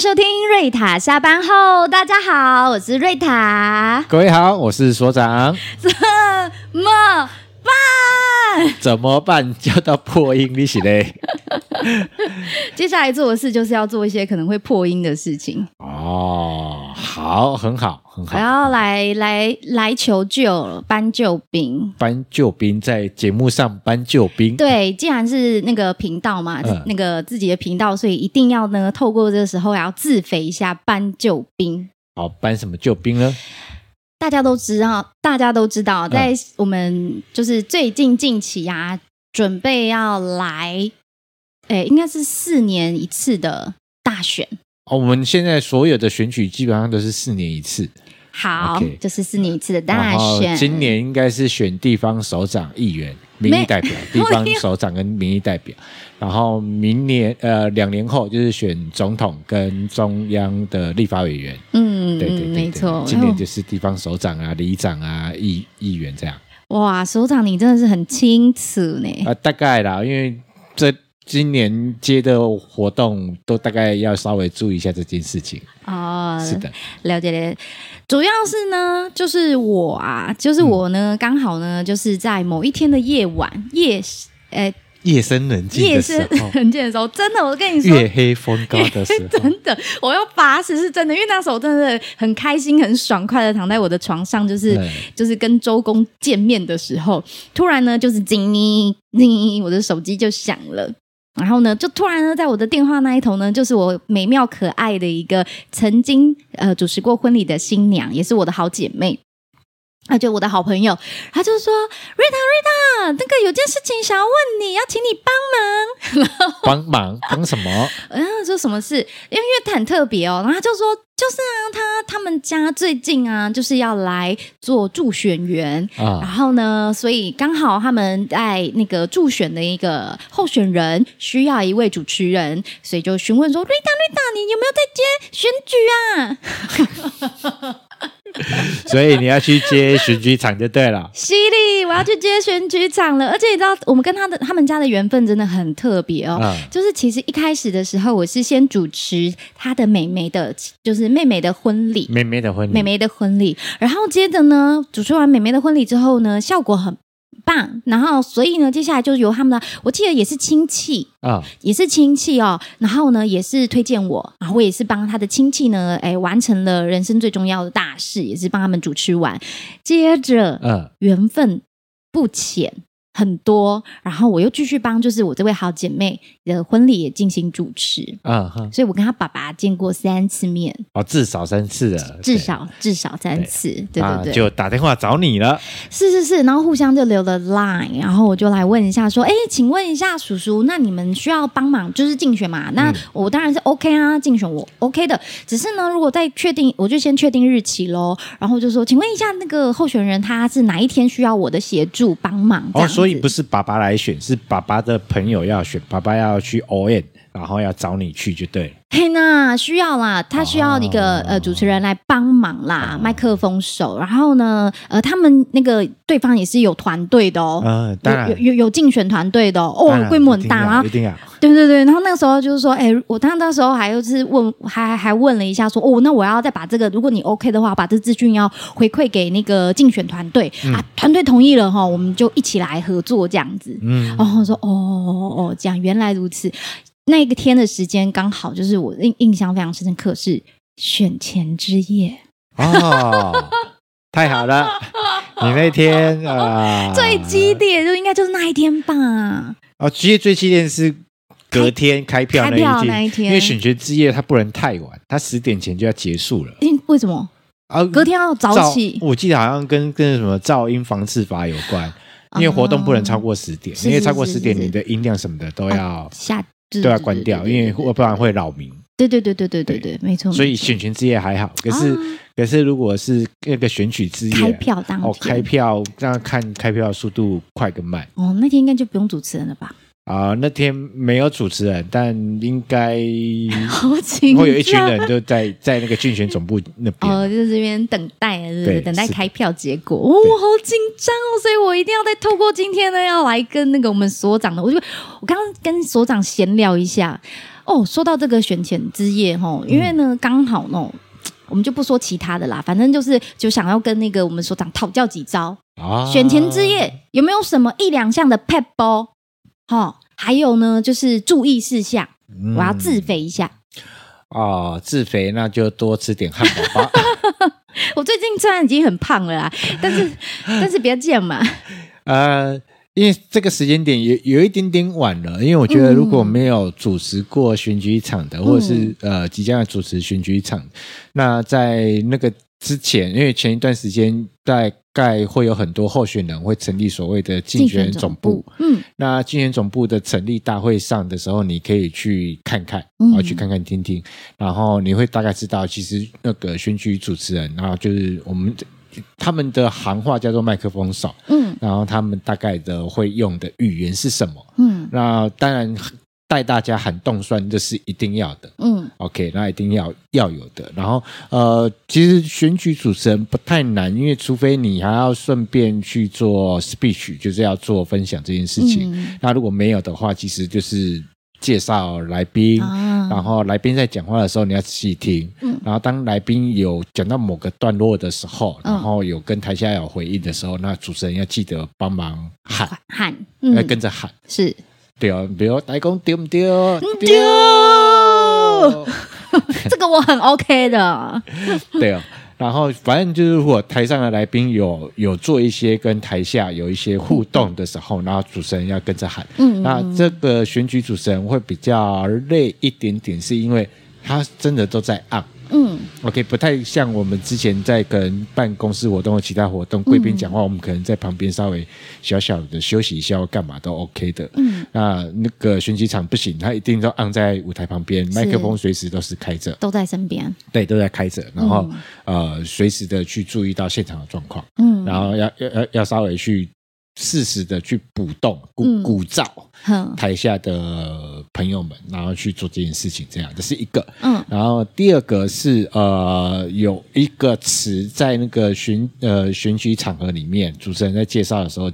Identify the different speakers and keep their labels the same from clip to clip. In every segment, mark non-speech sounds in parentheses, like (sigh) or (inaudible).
Speaker 1: 收听瑞塔下班后，大家好，我是瑞塔。
Speaker 2: 各位好，我是所长。
Speaker 1: 怎么办？
Speaker 2: 怎么办？叫到破音你是嘞？
Speaker 1: 接下来做的事就是要做一些可能会破音的事情。
Speaker 2: (laughs) 哦，好，很好，很
Speaker 1: 我
Speaker 2: 好。
Speaker 1: 要来来来求救了，搬救兵。
Speaker 2: 搬救兵在节目上搬救兵，
Speaker 1: 对，既然是那个频道嘛，
Speaker 2: 嗯
Speaker 1: 那个自己的频道，所以一定要呢，透过这个时候也要自肥一下搬救兵。
Speaker 2: 好搬什么救兵呢？
Speaker 1: 大家都知道，大家都知道，
Speaker 2: 嗯
Speaker 1: 在我们就是最近近期啊，准备要来，诶，应该是四年一次的大选。
Speaker 2: 哦，我们现在所有的选举基本上都是四年一次，
Speaker 1: 好
Speaker 2: OK
Speaker 1: 就是四年一次的大
Speaker 2: 然后
Speaker 1: 选。
Speaker 2: 今年应该是选地方首长、议员、民意代表、地方首长跟民意代表，然后明年呃两年后就是选总统跟中央的立法委员。
Speaker 1: 嗯，嗯，
Speaker 2: 对对对对
Speaker 1: 没错。哎
Speaker 2: 今年
Speaker 1: 然
Speaker 2: 就是地方首长啊、里长啊、议议员这样
Speaker 1: 后哇，首长你真的是很清楚呢。
Speaker 2: 啊，大概啦，因为这今年接的活动都大概要稍微注意一下这件事情。
Speaker 1: 哦，
Speaker 2: 啊是的，
Speaker 1: 了解了解，主要是呢，就是我啊，就是
Speaker 2: 嗯
Speaker 1: 我呢，刚、好呢，就是在某一天的夜晚，夜呃、
Speaker 2: 夜深人静
Speaker 1: 夜
Speaker 2: 的时
Speaker 1: 深，
Speaker 2: 候
Speaker 1: 很静的时候，真的，我跟你说，
Speaker 2: 月黑风高的时候，
Speaker 1: (laughs) 真的，我要发誓是真的，因为那时候我真的很开心、很爽快的躺在我的床上，就是、
Speaker 2: 嗯
Speaker 1: 就是跟周公见面的时候，突然呢就是叮一叮一，我的手机就响了。然后呢，就突然呢，在我的电话那一头呢，就是我美妙可爱的一个曾经呃主持过婚礼的新娘，也是我的好姐妹，啊，就我的好朋友，她就说瑞塔瑞塔，那个有件事情想要问你，要请你帮忙。然后
Speaker 2: 帮忙帮什
Speaker 1: (laughs)
Speaker 2: 么？
Speaker 1: 嗯，说什么事？因为因为很特别哦，然后他就说，就是啊，他他们家最近啊，就是要来做助选员。然
Speaker 2: 啊，
Speaker 1: 后呢，所以刚好他们在那个助选的一个候选人需要一位主持人，所以就询问说：“瑞达，瑞达，你有没有在接选举啊
Speaker 2: 所以你要去接选举场就
Speaker 1: (laughs)
Speaker 2: 对了？”。
Speaker 1: 犀利，我要去接选举场了。而且你知道，我们跟他的他们家的缘分真的很特别哦。
Speaker 2: 啊，
Speaker 1: 就是其实一开始的时候，我是先主持他的妹妹的，就是妹妹的婚礼。
Speaker 2: 妹妹的婚
Speaker 1: 妹
Speaker 2: 礼，
Speaker 1: 妹的婚礼，然后接着呢，主持完妹妹的婚礼之后呢，效果很棒，然后所以呢，接下来就由他们的，我记得也是亲戚，
Speaker 2: 啊，
Speaker 1: 也是亲戚哦，然后呢也是推荐我，然后我也是帮他的亲戚呢，哎，完成了人生最重要的大事，也是帮他们主持完，接着
Speaker 2: 嗯，
Speaker 1: 缘分不浅。很多，然后我又继续帮，就是我这位好姐妹的婚礼也进行主持，
Speaker 2: 啊哈，
Speaker 1: 所以我跟她爸爸见过三次面，
Speaker 2: 哦，至少三次了，
Speaker 1: 至
Speaker 2: 对
Speaker 1: 少至少三
Speaker 2: 对
Speaker 1: 次，对
Speaker 2: 啊
Speaker 1: 对对，
Speaker 2: 就打电话找你了。
Speaker 1: 是是是，然后互相就留了 Line，然后我就来问一下说，哎，请问一下叔叔，那你们需要帮忙就是竞选嘛？那
Speaker 2: 嗯
Speaker 1: 我当然是 OK 啊，竞选我 OK 的。只是呢，如果再确定，我就先确定日期喽。然后就说，请问一下那个候选人他是哪一天需要我的协助帮忙？这
Speaker 2: 哦，
Speaker 1: 样子
Speaker 2: 所以不是爸爸来选，是爸爸的朋友要选，爸爸要去 O N，然后要找你去就对了。
Speaker 1: 嘿那需要啦，他需要一个、
Speaker 2: 哦
Speaker 1: 呃主持人来帮忙啦，
Speaker 2: 哦
Speaker 1: 麦克风手。然后呢，呃，他们那个对方也是有团队的哦。
Speaker 2: 嗯、当然
Speaker 1: 有有，有有竞选团队的哦，
Speaker 2: 当
Speaker 1: 哦
Speaker 2: 然
Speaker 1: 规模很大，然后
Speaker 2: 一定要，一定要
Speaker 1: 对对对，然后那个时候就是说，哎、我当那时候还就是问，还还问了一下说，哦，那我要再把这个，如果你 OK 的话，把这资讯要回馈给那个竞选团队、
Speaker 2: 嗯
Speaker 1: 啊，团队同意了哈，我们就一起来合作这样子。
Speaker 2: 嗯，
Speaker 1: 然后我说，哦哦哦，这样原来如此。那个天的时间刚好就是我印印象非常深刻是选前之夜，
Speaker 2: 哦，太好
Speaker 1: (laughs)
Speaker 2: 了，你那天啊、
Speaker 1: 最激烈就应该就是那一天吧，
Speaker 2: 哦，其实最激烈是隔天开票
Speaker 1: 开
Speaker 2: 那
Speaker 1: 票
Speaker 2: 一
Speaker 1: 那
Speaker 2: 天，
Speaker 1: 一天，
Speaker 2: 因为选学之夜它不能太晚，它十点前就要结束了
Speaker 1: 因为什么
Speaker 2: 啊。
Speaker 1: 隔天要早
Speaker 2: 噪
Speaker 1: 起？
Speaker 2: 我记得好像跟跟什么噪音防治法有关。因为活动不能超过十点，
Speaker 1: 啊是
Speaker 2: 因为
Speaker 1: 是
Speaker 2: 超过
Speaker 1: 是
Speaker 2: 十
Speaker 1: 是
Speaker 2: 点，
Speaker 1: 是啊
Speaker 2: 你的音量什么的都要
Speaker 1: 下对
Speaker 2: 都要
Speaker 1: 对
Speaker 2: 啊关
Speaker 1: 嗯对
Speaker 2: 掉，
Speaker 1: 对
Speaker 2: 因为
Speaker 1: 对对
Speaker 2: 要不然会扰民。
Speaker 1: 对对对对对对对，没错。
Speaker 2: 所以选群之夜还好，可是、
Speaker 1: 啊
Speaker 2: 可是如果是那个选举之夜，
Speaker 1: 开票当天
Speaker 2: 哦，开票这样看开票速度快跟慢
Speaker 1: 哦那天应该就不用主持人了吧？ (laughs)
Speaker 2: 啊、那天没有主持人，但应
Speaker 1: (laughs)
Speaker 2: 该
Speaker 1: 好紧
Speaker 2: 会有一群人就在在那个竞选总部那边。
Speaker 1: 哦，就是这边等待，啊是不是
Speaker 2: 对
Speaker 1: 等待
Speaker 2: 是的
Speaker 1: 开票结果。哦，我好紧张哦，所以我一定要再透过今天呢，要来跟那个我们所长的，我就我刚刚跟所长闲聊一下。哦，说到这个选前之夜哈，因
Speaker 2: 嗯
Speaker 1: 为呢刚好呢，我们就不说其他的啦，反正就是就想要跟那个我们所长讨教几招。
Speaker 2: 啊，
Speaker 1: 呃选前之夜有没有什么一两项的 p e p b l 哦，还有呢就是注意事项，
Speaker 2: 嗯
Speaker 1: 我要自肥一下。
Speaker 2: 哦，自肥那就多吃点汉堡吧。
Speaker 1: 我最近虽然已经很胖了啦，啊但是
Speaker 2: (laughs)
Speaker 1: 但是不要这样嘛。
Speaker 2: 呃，因为这个时间点有有一点点晚了，因为我觉得如果没有主持过选举场的，或者是呃即将要主持选举场，那在那个之前，因为前一段时间大概会有很多候选人会成立所谓的竞选总部。，
Speaker 1: 嗯
Speaker 2: 那竞选总部的成立大会上的时候，你可以去看看，
Speaker 1: 嗯
Speaker 2: 然后去看看听听，然后你会大概知道，其实那个选举主持人，然后就是我们他们的行话叫做麦克风手，
Speaker 1: 嗯
Speaker 2: 然后他们大概的会用的语言是什么？
Speaker 1: 嗯
Speaker 2: 那当然带大家喊动算这是一定要的
Speaker 1: 嗯
Speaker 2: ，OK，那一定要要有的。然后呃，其实选举主持人不太难，因为除非你还要顺便去做 speech，就是要做分享这件事情。
Speaker 1: 嗯
Speaker 2: 那如果没有的话，其实就是介绍来宾，
Speaker 1: 啊
Speaker 2: 然后来宾在讲话的时候，你要仔细听。
Speaker 1: 嗯
Speaker 2: 然后当来宾有讲到某个段落的时候，
Speaker 1: 嗯
Speaker 2: 然后有跟台下有回应的时候，那主持人要记得帮忙喊，
Speaker 1: 喊，
Speaker 2: 要
Speaker 1: 嗯
Speaker 2: 跟着喊。
Speaker 1: 是
Speaker 2: 对哦，比如台公丢不丢？
Speaker 1: 丢这个我很 OK 的， (laughs)
Speaker 2: 对哦。然后，反正就是，如果台上的来宾有有做一些跟台下有一些互动的时候，然后主持人要跟着喊，
Speaker 1: 嗯
Speaker 2: 那这个选举主持人会比较累一点点，是因为他真的都在按。
Speaker 1: 嗯
Speaker 2: OK，不太像我们之前在可能办公司活动或其他活动，贵宾讲话，我们可能在旁边稍微小小的休息一下或干嘛都 OK 的。
Speaker 1: 嗯，
Speaker 2: 那那个选举场不行，他一定都按在舞台旁边，麦克风随时都是开着，
Speaker 1: 都在身边，
Speaker 2: 对，都在开着，然后、呃随时的去注意到现场的状况，
Speaker 1: 嗯
Speaker 2: 然后要要要要稍微去适时的去鼓动鼓
Speaker 1: 嗯
Speaker 2: 鼓噪。
Speaker 1: 哼
Speaker 2: 台下的朋友们，然后去做这件事情，这样这是一个。
Speaker 1: 嗯
Speaker 2: 然后第二个是呃，有一个词在那个选呃选举场合里面，主持人在介绍的时候，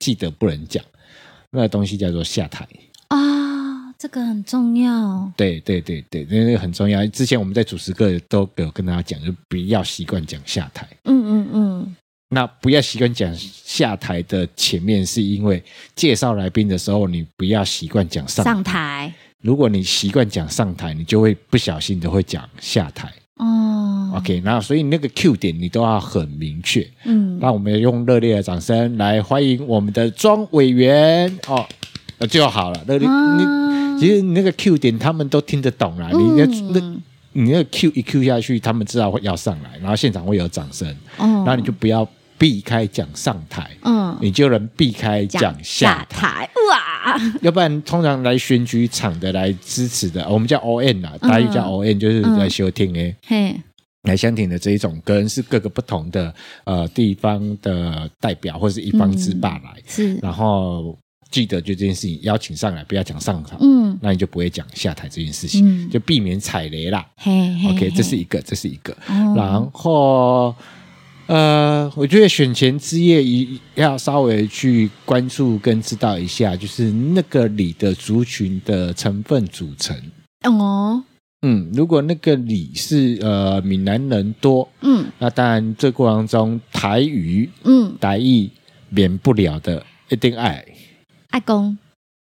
Speaker 2: 记得不能讲，那个东西叫做下台。
Speaker 1: 啊，这个很重要，
Speaker 2: 对对对对，那个很重要。之前我们在主持课都有跟大家讲，就不要习惯讲下台。
Speaker 1: 嗯嗯嗯，
Speaker 2: 那不要习惯讲下台的前面，是因为介绍来宾的时候，你不要习惯讲上
Speaker 1: 上台
Speaker 2: 如果你习惯讲上台，你就会不小心的会讲下台。
Speaker 1: 哦
Speaker 2: OK，那所以那个 Q 点你都要很明确。
Speaker 1: 嗯
Speaker 2: 那我们用热烈的掌声来欢迎我们的庄委员哦，呃就好了。那你、
Speaker 1: 啊嗯
Speaker 2: 你其实你那个 Q 点他们都听得懂啦，你那、那你那个 Q 一 Q 下去，他们知道会要上来，然后现场会有掌声，
Speaker 1: 哦
Speaker 2: 然后你就不要避开讲上台，
Speaker 1: 嗯
Speaker 2: 你就能避开讲下
Speaker 1: 下
Speaker 2: 台。
Speaker 1: 台
Speaker 2: (laughs)
Speaker 1: 哇，
Speaker 2: 要不然通常来选举场的来支持的，哦我们叫 O N 啦，
Speaker 1: 嗯
Speaker 2: 台语叫 O N，、就是来休听诶，
Speaker 1: 嘿
Speaker 2: 来相挺的这一种，跟是各个不同的呃地方的代表或是一方之霸来，
Speaker 1: 是
Speaker 2: 然后记得就这件事情邀请上来，不要讲上场，
Speaker 1: 嗯
Speaker 2: 那你就不会讲下台这件事情，
Speaker 1: 嗯
Speaker 2: 就避免踩雷啦。
Speaker 1: 嘿嘿
Speaker 2: OK，这是
Speaker 1: 嘿
Speaker 2: 一个，这是一个。
Speaker 1: 哦
Speaker 2: 然后，呃，我觉得选前之夜一要稍微去关注跟知道一下，就是那个里的族群的成分组成。
Speaker 1: 哦
Speaker 2: 嗯，如果那个里是呃闽南人多，
Speaker 1: 嗯
Speaker 2: 那当然这过程中台语、
Speaker 1: 嗯，
Speaker 2: 台语免不了的，一定爱， (laughs)
Speaker 1: 爱公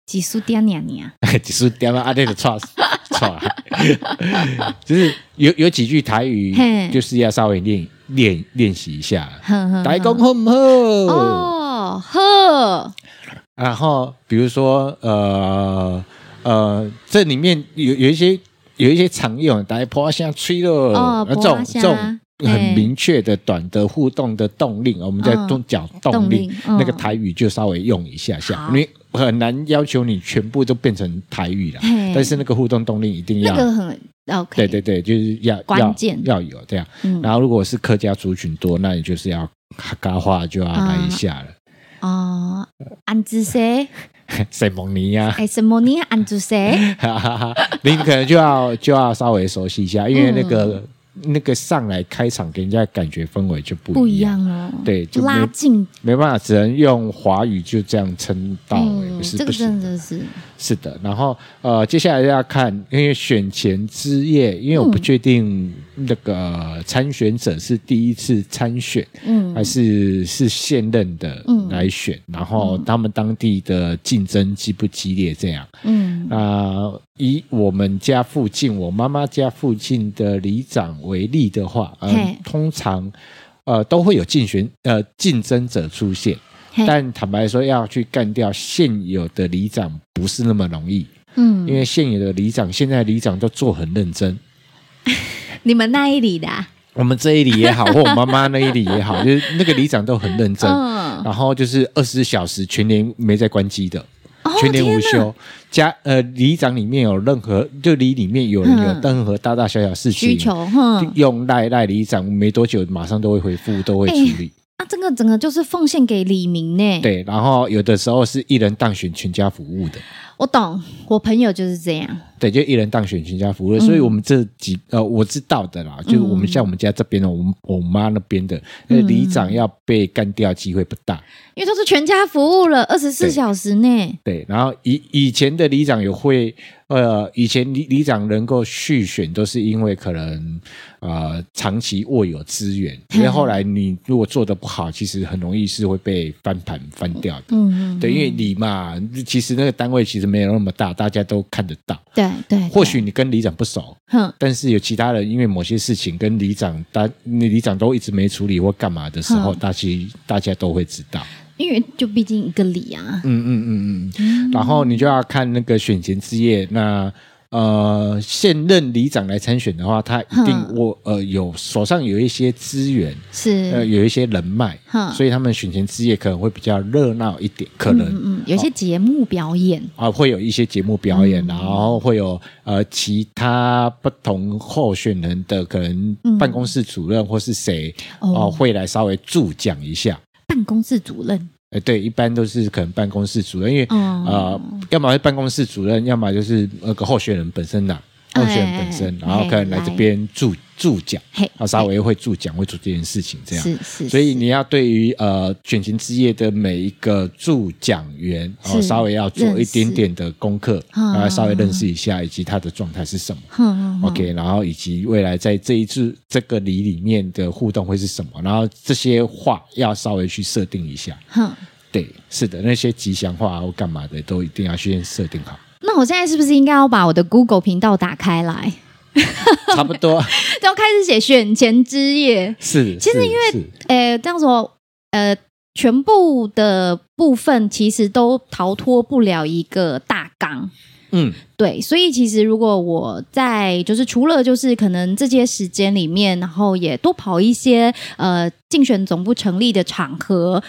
Speaker 1: 几数点娘娘。
Speaker 2: 只是点了阿那个错错， (laughs) 就是有有几句台语
Speaker 1: 嘿，
Speaker 2: 就是要稍微练练练习一下。
Speaker 1: 嗯哼哼
Speaker 2: 台
Speaker 1: 哼
Speaker 2: 公好唔好？
Speaker 1: 哦呵，
Speaker 2: 然后比如说呃呃，这里面有有一些有一些常用，大家坡下吹了，
Speaker 1: 哦
Speaker 2: 那这
Speaker 1: 坡
Speaker 2: 种
Speaker 1: 下
Speaker 2: 这种很明确的短的互动的动令，我们在
Speaker 1: 嗯
Speaker 2: 动讲
Speaker 1: 动
Speaker 2: 动令
Speaker 1: 令，
Speaker 2: 那个
Speaker 1: 嗯
Speaker 2: 台语就稍微用一下下，
Speaker 1: 好
Speaker 2: 你很难要求你全部都变成台语啦
Speaker 1: 嘿，
Speaker 2: 但是那个互动动令一定
Speaker 1: 那
Speaker 2: 要。
Speaker 1: 个很 OK，
Speaker 2: 对对，对，就是要
Speaker 1: 关键
Speaker 2: 要要有这样。
Speaker 1: 嗯
Speaker 2: 然后如果是客家族群多，那你就是要客家话就要来一下了。
Speaker 1: 哦，安住谁？
Speaker 2: 塞蒙尼呀、 (laughs)
Speaker 1: 哎，什么你安住谁？嗯
Speaker 2: 哈哈哈，你可能就要就要稍微熟悉一下，因为那个那个上来开场给人家的感觉氛围就不
Speaker 1: 不
Speaker 2: 一
Speaker 1: 一
Speaker 2: 样，
Speaker 1: 样哦，
Speaker 2: 对就没
Speaker 1: 拉近，
Speaker 2: 没办法，只能用华语就这样称道、也
Speaker 1: 嗯，
Speaker 2: 不是
Speaker 1: 这
Speaker 2: 不
Speaker 1: 个
Speaker 2: 行
Speaker 1: 真的是，
Speaker 2: 是的，然后呃，接下来要看，因为选前之夜，因为
Speaker 1: 嗯
Speaker 2: 我不确定那个、呃参选者是第一次参选，
Speaker 1: 嗯
Speaker 2: 还是是现任的
Speaker 1: 嗯
Speaker 2: 来选，然后他们当地的竞争激不激烈这样。
Speaker 1: 嗯
Speaker 2: 那、啊以我们家附近，我妈妈家附近的里长为例的话，呃
Speaker 1: 嘿，
Speaker 2: 通常呃都会有竞选呃竞争者出现，
Speaker 1: 嘿
Speaker 2: 但坦白说，要去干掉现有的里长不是那么容易，
Speaker 1: 嗯，
Speaker 2: 因为现有的里长，现在的里长都做很认
Speaker 1: (laughs)
Speaker 2: 真。
Speaker 1: 你们那一里的啊，
Speaker 2: 我们这一里也好，或我妈妈那一里也好，就是那个里长都很认真，
Speaker 1: 嗯，
Speaker 2: 然后就是二十四小时全年没在关机的，
Speaker 1: 哦
Speaker 2: 全年无
Speaker 1: 天哪
Speaker 2: 休。家呃，里长里面有任何就里里面有人有
Speaker 1: 嗯
Speaker 2: 任何大大小小事情
Speaker 1: 需求，哼，
Speaker 2: 用赖赖里长没多久马上都会回复，都会
Speaker 1: 哎
Speaker 2: 处理。
Speaker 1: 那这个整个就是奉献给李明呢，
Speaker 2: 对，然后有的时候是一人当选全家服务的，
Speaker 1: 我懂，我朋友就是这样，
Speaker 2: 对，就一人当选全家服
Speaker 1: 嗯
Speaker 2: 务。所以我们这几呃，我知道的啦，就是我们像我们家这边的，我们我妈那边
Speaker 1: 嗯
Speaker 2: 的，那里长要被干掉机会不大。
Speaker 1: 因为都是全家服务了，二十
Speaker 2: 对
Speaker 1: 四小时呢，
Speaker 2: 对，然后以以前的里长有会，呃，以前里里长能够续选，都是因为可能呃长期握有资源，因为后来你如果做的不好，其实很容易是会被翻盘翻掉的。
Speaker 1: 嗯，嗯
Speaker 2: 对，因为你嘛，其实那个单位其实没有那么大，大家都看得到。
Speaker 1: 对对，对
Speaker 2: 或许，你跟里长不熟，
Speaker 1: 哼，
Speaker 2: 但是有其他人因为某些事情跟里长，大你里长都一直没处理或干嘛的时候，
Speaker 1: 嗯
Speaker 2: 大家大家都会知道。
Speaker 1: 因为就毕竟一个理啊，
Speaker 2: 嗯嗯嗯嗯，然后你就要看那个选前之夜，那呃现任里长来参选的话，他一定
Speaker 1: 哼
Speaker 2: 我呃有手上有一些资源，呃
Speaker 1: 是，
Speaker 2: 有一些人脉，
Speaker 1: 哼
Speaker 2: 所以他们选前之夜可能会比较热闹一点，可能。
Speaker 1: 嗯嗯，有些节目表演，
Speaker 2: 啊，会有一些节目表演，然后会有呃其他不同候选人的可能办公室主任或是谁哦、
Speaker 1: 哦
Speaker 2: 会来稍微助讲一下，
Speaker 1: 办公室主任，
Speaker 2: 呃，对，一般都是可能办公室主任，因为、
Speaker 1: 哦
Speaker 2: 呃，要么是办公室主任，要么就是那个候选人本身呐、
Speaker 1: 哎
Speaker 2: 候选人本身，然后可能来这边助助讲，
Speaker 1: 嘿，
Speaker 2: 啊，稍微会助讲，会做这件事情这样。
Speaker 1: 是是，
Speaker 2: 啊所以
Speaker 1: 是
Speaker 2: 你要对于呃选情之夜的每一个助讲员哦，
Speaker 1: 是
Speaker 2: 稍微要做一点点的功课，
Speaker 1: 嗯
Speaker 2: 啊，稍微认识一下，以及他的状态是什么。
Speaker 1: 哼哼哼
Speaker 2: OK，然后以及未来在这一次这个里里面的互动会是什么，然后这些话要稍微去设定一下。
Speaker 1: 哼。
Speaker 2: 对，是的，那些吉祥话啊或干嘛的都一定要先设定好， (laughs)
Speaker 1: 那我现在是不是应该要把我的 Google 频道打开来，
Speaker 2: 差不多
Speaker 1: 就要开始写选前之夜？ (laughs)
Speaker 2: 是。
Speaker 1: 其实
Speaker 2: 是
Speaker 1: 因为
Speaker 2: 是
Speaker 1: 诶，这样说，呃，全部的部分其实都逃脱不了一个大纲。
Speaker 2: 嗯，
Speaker 1: 对，所以其实如果我在就是除了就是可能这些时间里面，然后也多跑一些呃竞选总部成立的场合。
Speaker 2: 嗯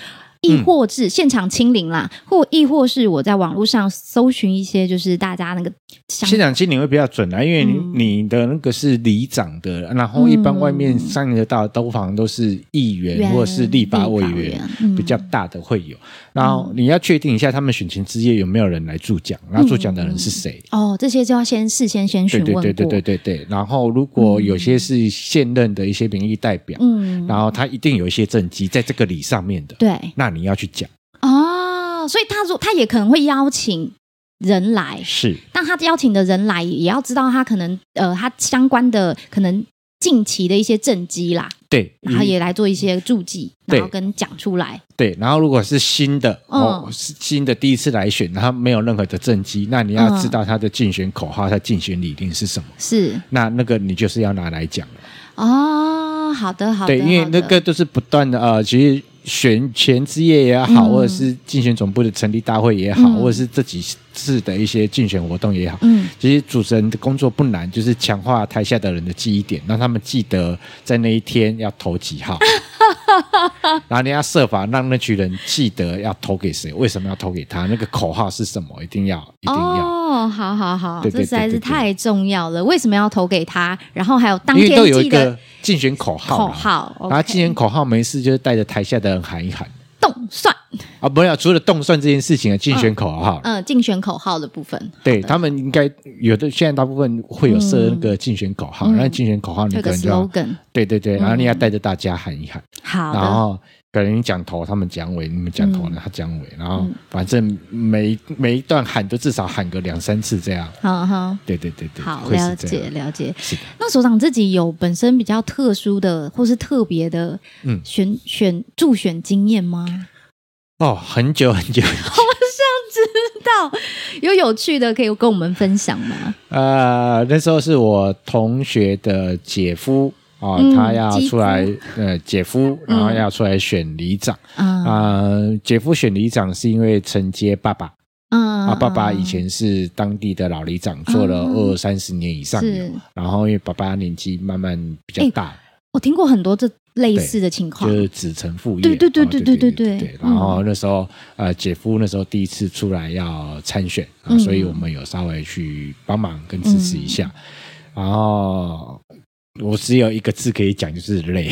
Speaker 1: 亦或是现场清零啦，或亦或是我在网络上搜寻一些，就是大家那个想
Speaker 2: 现场经理会比较准啊啦，因为你、
Speaker 1: 嗯
Speaker 2: 你的那个是里长的，然后一般
Speaker 1: 嗯
Speaker 2: 外面上得到的都好像都是议员
Speaker 1: 原
Speaker 2: 或者是立法委员。
Speaker 1: 员嗯
Speaker 2: 比较大的会有，然后你要确定一下他们选情之夜有没有人来助讲，然后助讲的人是谁，
Speaker 1: 哦，这些就要先事先先嗯询
Speaker 2: 对
Speaker 1: 问过，
Speaker 2: 对对对对对对。然后如果有些是现任的一些民意代表，
Speaker 1: 嗯，
Speaker 2: 然后他一定有一些政绩在这个里上面的，
Speaker 1: 对
Speaker 2: 那你要去讲
Speaker 1: 哦，所以他说他也可能会邀请人来，
Speaker 2: 是。
Speaker 1: 但他邀请的人来也要知道他可能呃他相关的可能近期的一些政绩啦，
Speaker 2: 对，
Speaker 1: 然后也来做一些注记，
Speaker 2: 嗯对
Speaker 1: 然后跟讲出来，
Speaker 2: 对，然后如果是新的、哦，
Speaker 1: 嗯
Speaker 2: 是新的第一次来选，然后没有任何的政绩，那你要
Speaker 1: 嗯
Speaker 2: 知道他的竞选口号、他竞选理念是什么，
Speaker 1: 是
Speaker 2: 那那个你就是要拿来讲了。
Speaker 1: 哦，好的好的，
Speaker 2: 对，因为
Speaker 1: 好
Speaker 2: 那
Speaker 1: 的
Speaker 2: 个都是不断的呃，其实选前之夜也好，
Speaker 1: 嗯
Speaker 2: 或者是竞选总部的成立大会也好，
Speaker 1: 嗯
Speaker 2: 或者是这几次的一些竞选活动也好，
Speaker 1: 嗯
Speaker 2: 其实主持人的工作不难，就是强化台下的人的记忆点，让他们记得在那一天要投几
Speaker 1: (laughs)
Speaker 2: 号，然后你要设法让那群人记得要投给谁，为什么要投给他，那个口号是什么，一定要，一定要。
Speaker 1: 哦，好好好，
Speaker 2: 对对
Speaker 1: 这实在
Speaker 2: 对对
Speaker 1: 是
Speaker 2: 对
Speaker 1: 太重要了，为什么要投给他？然后还有当
Speaker 2: 因为都
Speaker 1: 天
Speaker 2: 有一
Speaker 1: 记
Speaker 2: 个
Speaker 1: 得
Speaker 2: 竞选口号啦，
Speaker 1: 口号，
Speaker 2: 然后
Speaker 1: OK
Speaker 2: 竞选口号没事就是带着台下的人喊一喊，
Speaker 1: 动算。
Speaker 2: 啊、啊，不要除了动算这件事情啊，竞选口号，
Speaker 1: 嗯、竞选口号的部分，
Speaker 2: 对他们应该有的现在大部分会有设那个竞选口号，
Speaker 1: 嗯
Speaker 2: 那竞选口号你
Speaker 1: 有
Speaker 2: 可
Speaker 1: 个
Speaker 2: 能就要
Speaker 1: slogan，
Speaker 2: 对对对，然后你要
Speaker 1: 嗯
Speaker 2: 带着大家喊一喊，
Speaker 1: 好
Speaker 2: 然
Speaker 1: 的，
Speaker 2: 后可能你讲头，他们讲尾，你们讲头呢，他讲尾，然后
Speaker 1: 嗯
Speaker 2: 反正每每一段喊都至少喊个两三次这样，
Speaker 1: 好好
Speaker 2: 对对对对，
Speaker 1: 好，
Speaker 2: 会是
Speaker 1: 了
Speaker 2: 这
Speaker 1: 解
Speaker 2: 样，
Speaker 1: 了解。
Speaker 2: 是的，
Speaker 1: 那首长自己有本身比较特殊的或是特别的
Speaker 2: 嗯
Speaker 1: 选、选助选经验吗？
Speaker 2: 哦，很久很久，
Speaker 1: 知道有有趣的可以跟我们分享吗？
Speaker 2: 呃，那时候是我同学的姐夫啊，
Speaker 1: 嗯
Speaker 2: 他要
Speaker 1: 继
Speaker 2: 出来，呃，姐夫，然后要出来选里长
Speaker 1: 啊
Speaker 2: 啊、姐夫选里长是因为承接爸爸
Speaker 1: 啊
Speaker 2: 啊，爸爸以前是当地的老里长，做了二三十年以上有啊
Speaker 1: 是，
Speaker 2: 然后因为爸爸年纪慢慢比较
Speaker 1: 哎
Speaker 2: 大，
Speaker 1: 我听过很多这类似的情况
Speaker 2: 就，是子承父业，
Speaker 1: 对对对
Speaker 2: 哦
Speaker 1: 对
Speaker 2: 对
Speaker 1: 对对嗯
Speaker 2: 对
Speaker 1: 对
Speaker 2: 然后那时候呃，姐夫那时候第一次出来要参选啊，
Speaker 1: 嗯
Speaker 2: 所以我们有稍微去帮忙跟支持一下。
Speaker 1: 嗯
Speaker 2: 然后我只有一个字可以讲，就是
Speaker 1: (laughs)
Speaker 2: 累，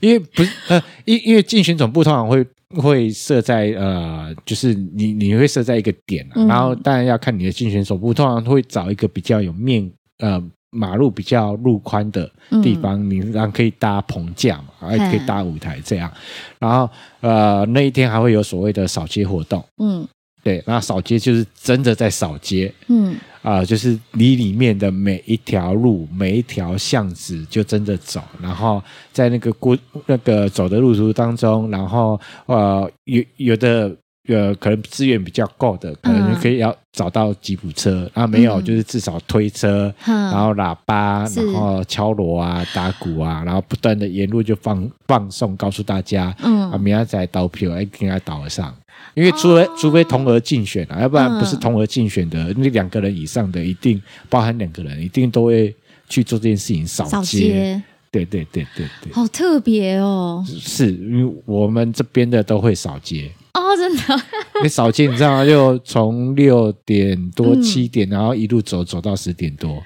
Speaker 2: 因为不是呃，因因为竞选总部通常会。会设在呃，就是你你会设在一个点、啊
Speaker 1: 嗯
Speaker 2: 然后当然要看你的竞选总部，通常会找一个比较有面呃马路比较路宽的地
Speaker 1: 嗯
Speaker 2: 方。你让可以搭棚架嘛，还可以
Speaker 1: 嗯
Speaker 2: 搭舞台这样。然后呃，那一天还会有所谓的扫街活动，
Speaker 1: 嗯
Speaker 2: 对，那扫街就是真的在扫街。
Speaker 1: 嗯
Speaker 2: 啊、就是你里面的每一条路、每一条巷子，就真的走，然后在那个过那个走的路途当中，然后呃，有有的呃，可能资源比较够的，可能
Speaker 1: 嗯
Speaker 2: 就可以要找到吉普车，然后没有
Speaker 1: 嗯
Speaker 2: 就是至少推车，
Speaker 1: 然
Speaker 2: 然后喇叭，
Speaker 1: 是
Speaker 2: 然后敲锣啊、打鼓啊，然后不断的沿路就放放送，告诉大家、啊，
Speaker 1: 嗯
Speaker 2: 明仔载投票，哎，应该岛上。因为除非、
Speaker 1: 哦
Speaker 2: 除非同额竞选啊，要不然
Speaker 1: 嗯
Speaker 2: 不是同额竞选的，那两个人以上的一定包含两个人，一定都会去做这件事情扫
Speaker 1: 扫街，
Speaker 2: 对对对对对，
Speaker 1: 好特别哦
Speaker 2: 是因为我们这边的都会扫
Speaker 1: (laughs)
Speaker 2: 街。
Speaker 1: 哦，真的，
Speaker 2: 你扫街，你知道吗？就从六点多
Speaker 1: 嗯
Speaker 2: 七点，然后一路走走到十点多，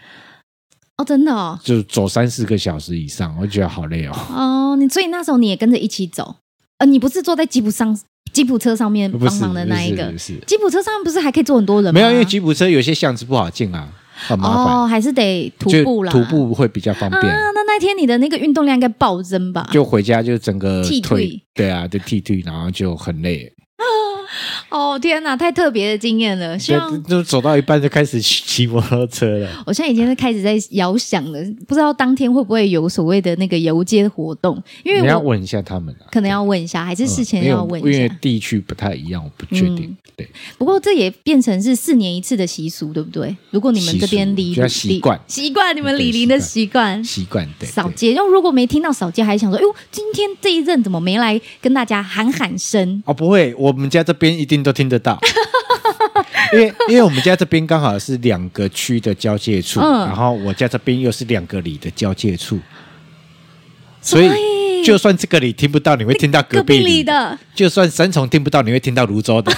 Speaker 1: 哦，真的哦，
Speaker 2: 就走三四个小时以上，我觉得好累哦。
Speaker 1: 哦，你所以那时候你也跟着一起走，呃，你不是坐在吉普上吉普车上面
Speaker 2: 不
Speaker 1: 帮
Speaker 2: 是
Speaker 1: 忙的那一
Speaker 2: 不
Speaker 1: 个
Speaker 2: 是，是
Speaker 1: 吉普车上不是还可以坐很多人吗？
Speaker 2: 没有，因为吉普车有些巷子不好进啊，很麻烦，
Speaker 1: 哦，还是得徒
Speaker 2: 就
Speaker 1: 步啦，
Speaker 2: 徒步会比较方便。
Speaker 1: 啊。那那天你的那个运动量应该暴增吧？
Speaker 2: 就回家就整个
Speaker 1: 剃
Speaker 2: 腿
Speaker 1: 腿，
Speaker 2: 对啊，就剃腿，然后就很累，
Speaker 1: 哦天哪，太特别的经验了！希
Speaker 2: 就
Speaker 1: 望
Speaker 2: 就走到一半就开始骑摩托车了。
Speaker 1: 我现在已经开始在遥想了，不知道当天会不会有所谓的那个游街活动，因
Speaker 2: 你
Speaker 1: 为
Speaker 2: 要
Speaker 1: 我
Speaker 2: 问一下他们啊，
Speaker 1: 可能要问一下，还是
Speaker 2: 嗯
Speaker 1: 事前
Speaker 2: 因为
Speaker 1: 要
Speaker 2: 我
Speaker 1: 问
Speaker 2: 因
Speaker 1: 一
Speaker 2: 为
Speaker 1: 下。嗯
Speaker 2: 地区不太一样，我不确定。对，
Speaker 1: 不过这也变成是四年一次的习俗，对不对？如果你们这边
Speaker 2: 习
Speaker 1: 离
Speaker 2: 俗就要习惯
Speaker 1: 离习惯你们李林的习惯。
Speaker 2: 习惯对。
Speaker 1: 扫
Speaker 2: 对
Speaker 1: 街，因为如果没听到扫街，还想说，哎呦，今天这一任怎么没来跟大家喊喊声？
Speaker 2: 哦，不会，我们家这边一定都听得到， (laughs) 因为因为我们家这边刚好是两个区的交界处，
Speaker 1: 嗯
Speaker 2: 然后我家这边又是两个里的交界处，
Speaker 1: 所
Speaker 2: 所
Speaker 1: 以
Speaker 2: 以就算这个里听不到，你会听到隔
Speaker 1: 隔
Speaker 2: 壁
Speaker 1: 壁
Speaker 2: 里
Speaker 1: 里
Speaker 2: 的；
Speaker 1: 的，
Speaker 2: 就算三重听不到，你会听到
Speaker 1: (laughs)
Speaker 2: 泸州的，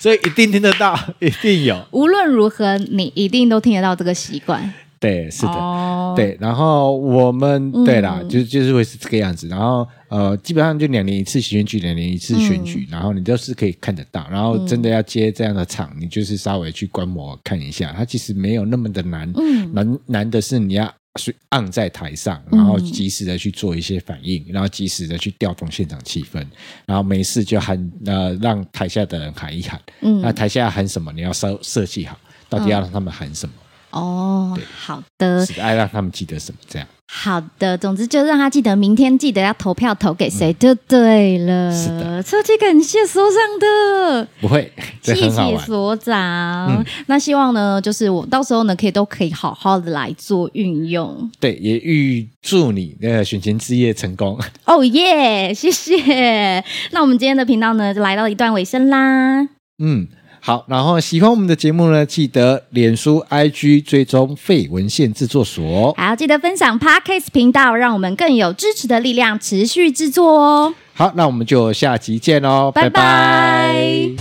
Speaker 2: 所以一定听得到，一定有。
Speaker 1: 无论如何，你一定都听得到这个习惯。
Speaker 2: 对，是的。
Speaker 1: 哦，
Speaker 2: 对，然后我们
Speaker 1: 嗯
Speaker 2: 对啦，就就是会是这个样子。然后呃，基本上就两年一次选举，两年一次选举，
Speaker 1: 嗯
Speaker 2: 然后你都是可以看得到。然后真的要接这样的场，你就是稍微去观摩看一下，它其实没有那么的难。
Speaker 1: 嗯
Speaker 2: 难难的是你要去按在台上，
Speaker 1: 嗯
Speaker 2: 然后及时的去做一些反应，然后及时的去调动现场气氛，然后没事就喊呃让台下的人喊一喊。
Speaker 1: 嗯
Speaker 2: 那台下喊什么，你要设设计好，到底要让他们喊什么，
Speaker 1: 哦
Speaker 2: 对，
Speaker 1: 好的，
Speaker 2: 是爱让他们记得什么这样。
Speaker 1: 好的，总之就让他记得明天记得要投票投给谁就对了。
Speaker 2: 嗯是
Speaker 1: 的，超级感谢所长的，
Speaker 2: 不会，这
Speaker 1: 谢
Speaker 2: 很好
Speaker 1: 谢
Speaker 2: 玩。嗯
Speaker 1: 所长。那希望呢，就是我到时候呢，可以都可以好好的来做运用。
Speaker 2: 对，也预祝你的选前之夜成功。 (laughs)
Speaker 1: 哦耶，谢谢。那我们今天的频道呢，就来到一段尾声啦。
Speaker 2: 嗯，好。然后喜欢我们的节目呢，记得脸书、IG 追踪费文献制作所。
Speaker 1: 还要记得分享 Podcast 频道，让我们更有支持的力量，持续制作哦。
Speaker 2: 好，那我们就下集见喽，
Speaker 1: 拜拜
Speaker 2: 拜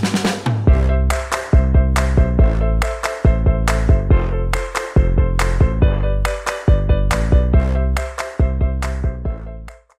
Speaker 2: 拜